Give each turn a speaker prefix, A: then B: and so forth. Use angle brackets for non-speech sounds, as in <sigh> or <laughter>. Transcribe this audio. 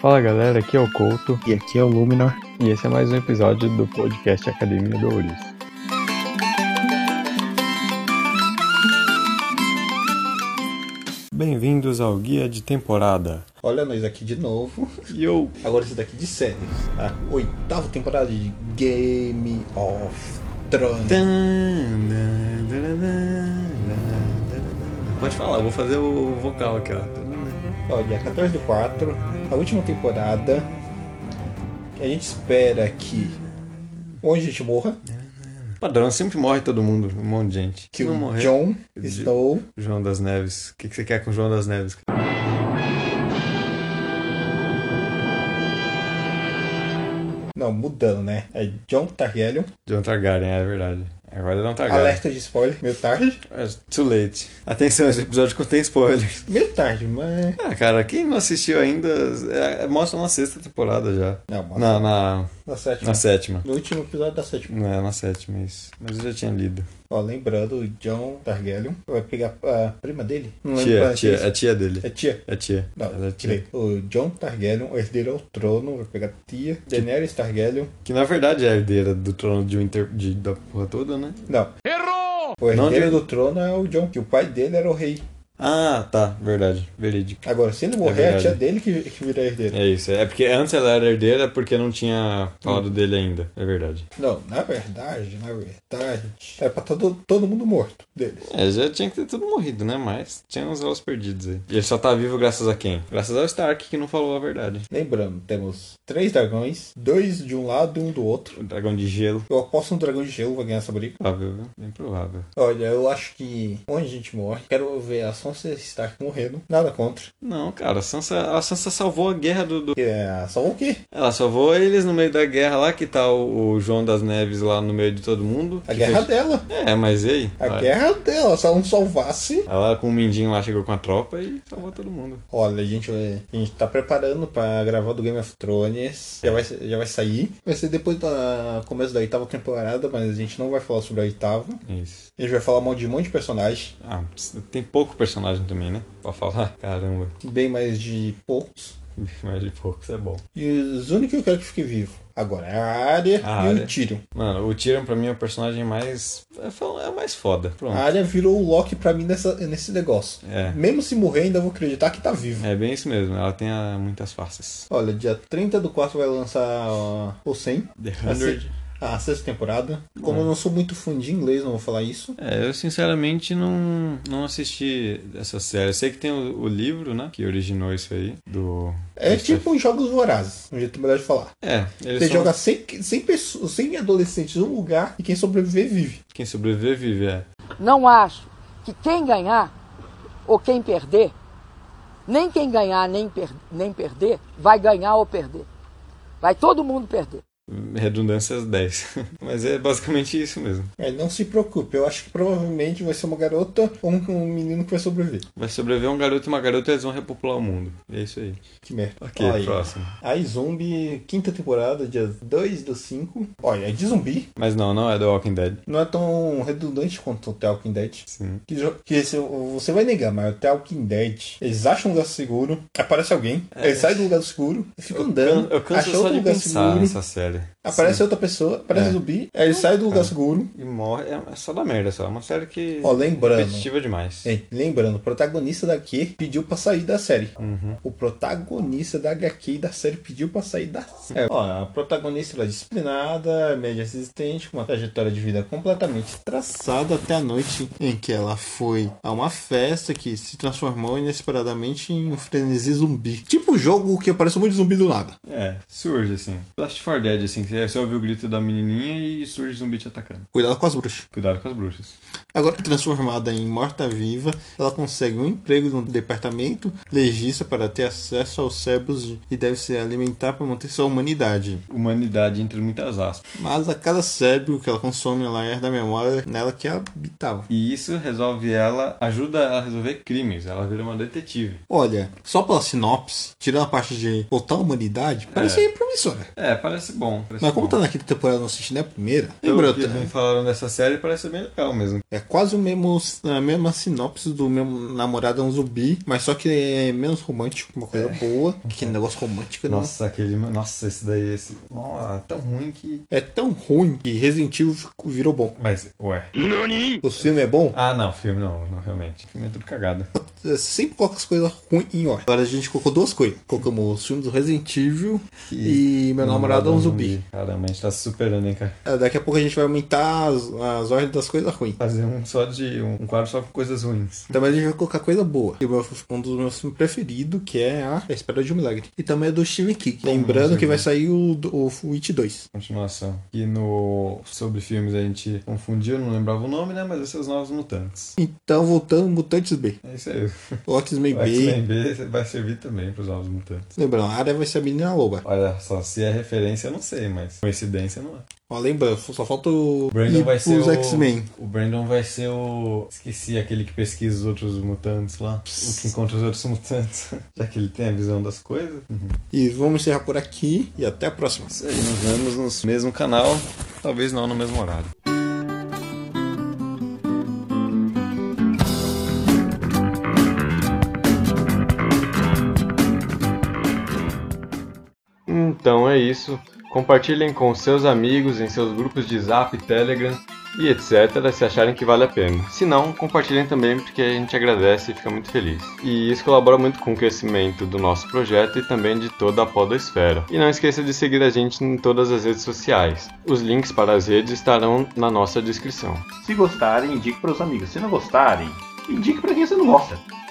A: Fala galera, aqui é o Couto
B: E aqui é o Luminor.
A: e esse é mais um episódio do podcast Academia do Ouriço.
C: Bem-vindos ao Guia de Temporada.
B: Olha nós aqui de novo.
C: E eu.
B: Agora esse daqui de série. A oitava temporada de Game of Thrones.
C: Pode falar, eu vou fazer o vocal aqui, ó.
B: Olha, 14 de 4, a última temporada. A gente espera que onde a gente morra,
C: Padrão, sempre morre todo mundo, um monte de gente.
B: que
C: Não
B: o
C: morreu.
B: Jon
C: Jo-
B: Snow
C: João das Neves. O que, que você quer com o João das Neves? cara?
B: Não, mudando, né? É John Targaryen.
C: João Targaryen, é verdade. Agora ele é um Targaryen.
B: Alerta de spoiler, meio tarde.
C: É, too late. Atenção, esse episódio contém spoilers. <laughs>
B: Meio tarde, mas.
C: Ah, cara, quem não assistiu ainda, é, mostra na sexta temporada já.
B: Não, mano.
C: Na, na,
B: Na sétima.
C: na sétima.
B: No último episódio da sétima.
C: Não é na sétima, isso. Mas eu já tinha lido.
B: Ó, lembrando, o John Targaryen vai pegar a prima dele? Não lembro qual
C: Tia,
B: é
C: tia,
B: isso.
C: é tia dele.
B: É tia.
C: É tia.
B: Não,
C: Ela é tia.
B: tirei. O John Targaryen, o herdeiro ao trono, vai pegar a tia. Daenerys Targaryen.
C: Que na verdade é a herdeira do trono de Winter... de- da porra toda, né?
B: Não. Errou! O herdeiro
C: Não,
B: do trono é o John, que o pai dele era o rei.
C: Ah, tá. Verdade. Verídico.
B: Agora, se ele morrer, é a
C: verdade.
B: tia dele que, que vira herdeiro.
C: É isso. É porque antes ela era herdeira porque não tinha falado
B: Hum.
C: dele ainda. É verdade.
B: Não, na verdade, na verdade, era pra todo, todo mundo morto deles.
C: É, já tinha que ter tudo morrido, né? Mas tinha uns elos perdidos aí. E ele só tá vivo graças a quem? Graças ao Stark, que não falou a verdade.
B: Lembrando, temos três dragões, dois de um lado e um do outro.
C: O dragão de gelo.
B: Eu aposto um dragão de gelo vai ganhar essa briga.
C: Provável, viu? Bem provável.
B: Olha, eu acho que onde a gente morre, quero ver a Sansa Stark morrendo. Nada contra.
C: Não, cara. A Sansa, a Sansa salvou a guerra do... do-
B: É, só o quê?
C: Ela salvou eles no meio da guerra lá, que tá o, o João das Neves lá no meio de todo mundo.
B: A
C: Que
B: guerra
C: fez-
B: dela.
C: É, mas e aí?
B: A
C: Vai.
B: guerra é dela, se ela não salvasse.
C: Ela com o Mindinho lá chegou com a tropa e salvou todo mundo.
B: Olha, a gente, a gente tá preparando pra gravar do Game of Thrones. Já vai, já vai sair. Vai ser depois da começo da oitava temporada, mas a gente não vai falar sobre a oitava.
C: Isso.
B: A gente vai falar mal de um monte de personagem.
C: Ah, tem pouco personagem também, né? Pra falar. <laughs> Caramba,
B: Bem mais de poucos.
C: mas de poucos é bom.
B: E os únicos que eu quero que fique vivo. Agora é a área
C: A
B: e
C: Arya.
B: o Tyrion.
C: Mano, o Tyrion pra mim é o personagem mais. É fal- é o mais foda. Pronto.
B: A área virou o Loki pra mim nessa, nesse negócio.
C: É.
B: Mesmo se morrer, ainda vou acreditar que tá vivo.
C: É bem isso mesmo. Ela tem ah, muitas faces.
B: Olha, dia 30 do 4 vai lançar ó, o 100.
C: The
B: A se- A Tá Ah, sexta temporada. Como eu não sou muito fã de inglês, não vou falar isso.
C: É, eu sinceramente não, não assisti essa série. Eu sei que tem o, o livro, né? Que originou isso aí. Do.
B: É
C: do
B: tipo os jogos vorazes, um jeito melhor de falar.
C: É, eles
B: Você
C: são-
B: joga 100, 100, pessoas, 100 adolescentes num lugar e quem sobreviver vive.
C: Quem sobreviver vive, é.
D: Não acho que quem ganhar ou quem perder, nem quem ganhar nem, per- nem perder, vai ganhar ou perder. Vai todo mundo perder.
C: Redundâncias 10. <laughs> Mas é basicamente isso mesmo.
B: É, não se preocupe, eu acho que provavelmente vai ser uma garota ou um, um menino que vai sobreviver.
C: Vai sobreviver um garoto e uma garota e eles vão repopular o mundo. É isso aí.
B: Que merda.
C: Ok,
B: Olha aí.
C: próximo.
B: Aí, Zombie, quinta temporada, dia 2 do 5. Olha, é de zumbi.
C: Mas não, não é The Walking Dead.
B: Não é tão redundante quanto o The Walking Dead.
C: Sim.
B: Que, jo- que esse- você vai negar, mas o The Walking Dead, eles acham um lugar seguro, aparece alguém, eles saem do lugar seguro, ficam andando,
C: Eu canso
B: acham
C: só
B: outro
C: de
B: lugar
C: pensar
B: seguro,
C: nessa série.
B: aparece outra pessoa, aparece
C: É.
B: zumbi, aí eles saem do lugar seguro.
C: E morre. É é só da merda, só. É uma série que.
B: Ó, lembrando,
C: Competitiva demais.
B: hein, lembrando, o protagonista daqui pediu pra sair da série. O protagonista da HQ e da série pediu pra sair da série. É, ó, a protagonista ela é disciplinada, média assistente, com uma trajetória de vida completamente traçada até a noite em que ela foi a uma festa que se transformou inesperadamente em um frenesi zumbi. Tipo o jogo que aparece um monte de zumbi do nada.
C: É, surge assim. Last 4 Dead, assim. que Você você ouve o grito da menininha e surge zumbi te atacando.
B: Cuidado com as bruxas.
C: Cuidado com as bruxas.
B: Agora é transformada em morta-viva, ela consegue um emprego num departamento legista para ter acesso aos cérebros e deve se alimentar para manter sua humanidade.
C: Humanidade entre muitas aspas.
B: Mas a cada cérebro que ela consome, ela herda a memória nela que é habitava.
C: E isso resolve ela, ajuda ela a resolver crimes. Ela vira uma detetive.
B: Olha, só pela sinopse, tirando a parte de voltar à humanidade, parece promissora.
C: É, parece bom. Parece
B: Mas como tá né? na quinta temporada, eu não assisti nem a primeira. Lembra?
C: o né? que me falaram dessa série parece ser bem legal mesmo.
B: É quase o mesmo, a mesma sinopse do meu namorado é um zumbi, mas só que é menos romântico, uma coisa boa. Que negócio romântico né? não.
C: É. Nossa, aquele. Nossa, esse daí, esse. Nossa, tão ruim que.
B: É tão ruim que Resident Evil ficou- virou bom.
C: Mas, ué.
B: O filme é bom?
C: Ah, não, filme não, não realmente. Filme é tudo cagada.
B: Você sempre coloca as coisas ruins em ordem. Agora a gente colocou duas coisas. Colocamos os filmes do Resident Evil e, meu namorado é um zumbi.
C: Caramba, a gente tá se superando, hein, cara.
B: Ah, Daqui a pouco a gente vai aumentar as, as ordens das coisas ruins.
C: Fazer um só de. Um, um quadro só com coisas ruins.
B: Também a gente vai colocar coisa boa. E o meu- um dos meus filmes preferidos, que é a A Espera de um Milagre. E também é do Steven King. Lembrando que vai sair o, do- o Witch 2.
C: Continuação. E no. Sobre filmes a gente confundiu, não lembrava o nome, né? Mas esses novos mutantes.
B: Então, voltando, Mutantes B.
C: É isso aí.
B: O X-Men
C: O
B: B.
C: X-Men B vai servir também pros novos mutantes.
B: Lembrando, a área vai ser a menina loba.
C: Olha só, se é referência, eu não sei, mas coincidência não é.
B: Ó, lembra, só falta o.
C: O Brandon
B: e
C: vai ser
B: os
C: o...
B: X-Men.
C: O Brandon vai ser o... Esqueci, aquele que pesquisa os outros mutantes lá. O que encontra os outros mutantes. <laughs> Já que ele tem a visão das coisas.
B: E vamos encerrar por aqui e até a próxima.
C: Isso aí, nos vemos no mesmo canal. Talvez não no mesmo horário.
A: Então é isso. Compartilhem com seus amigos em seus grupos de Zap, Telegram e etc. se acharem que vale a pena. Se não, compartilhem também porque a gente agradece e fica muito feliz. E isso colabora muito com o crescimento do nosso projeto e também de toda a podosfera. E não esqueça de seguir a gente em todas as redes sociais. Os links para as redes estarão na nossa descrição.
E: Se gostarem, indique para os amigos. Se não gostarem, indique para quem você não gosta.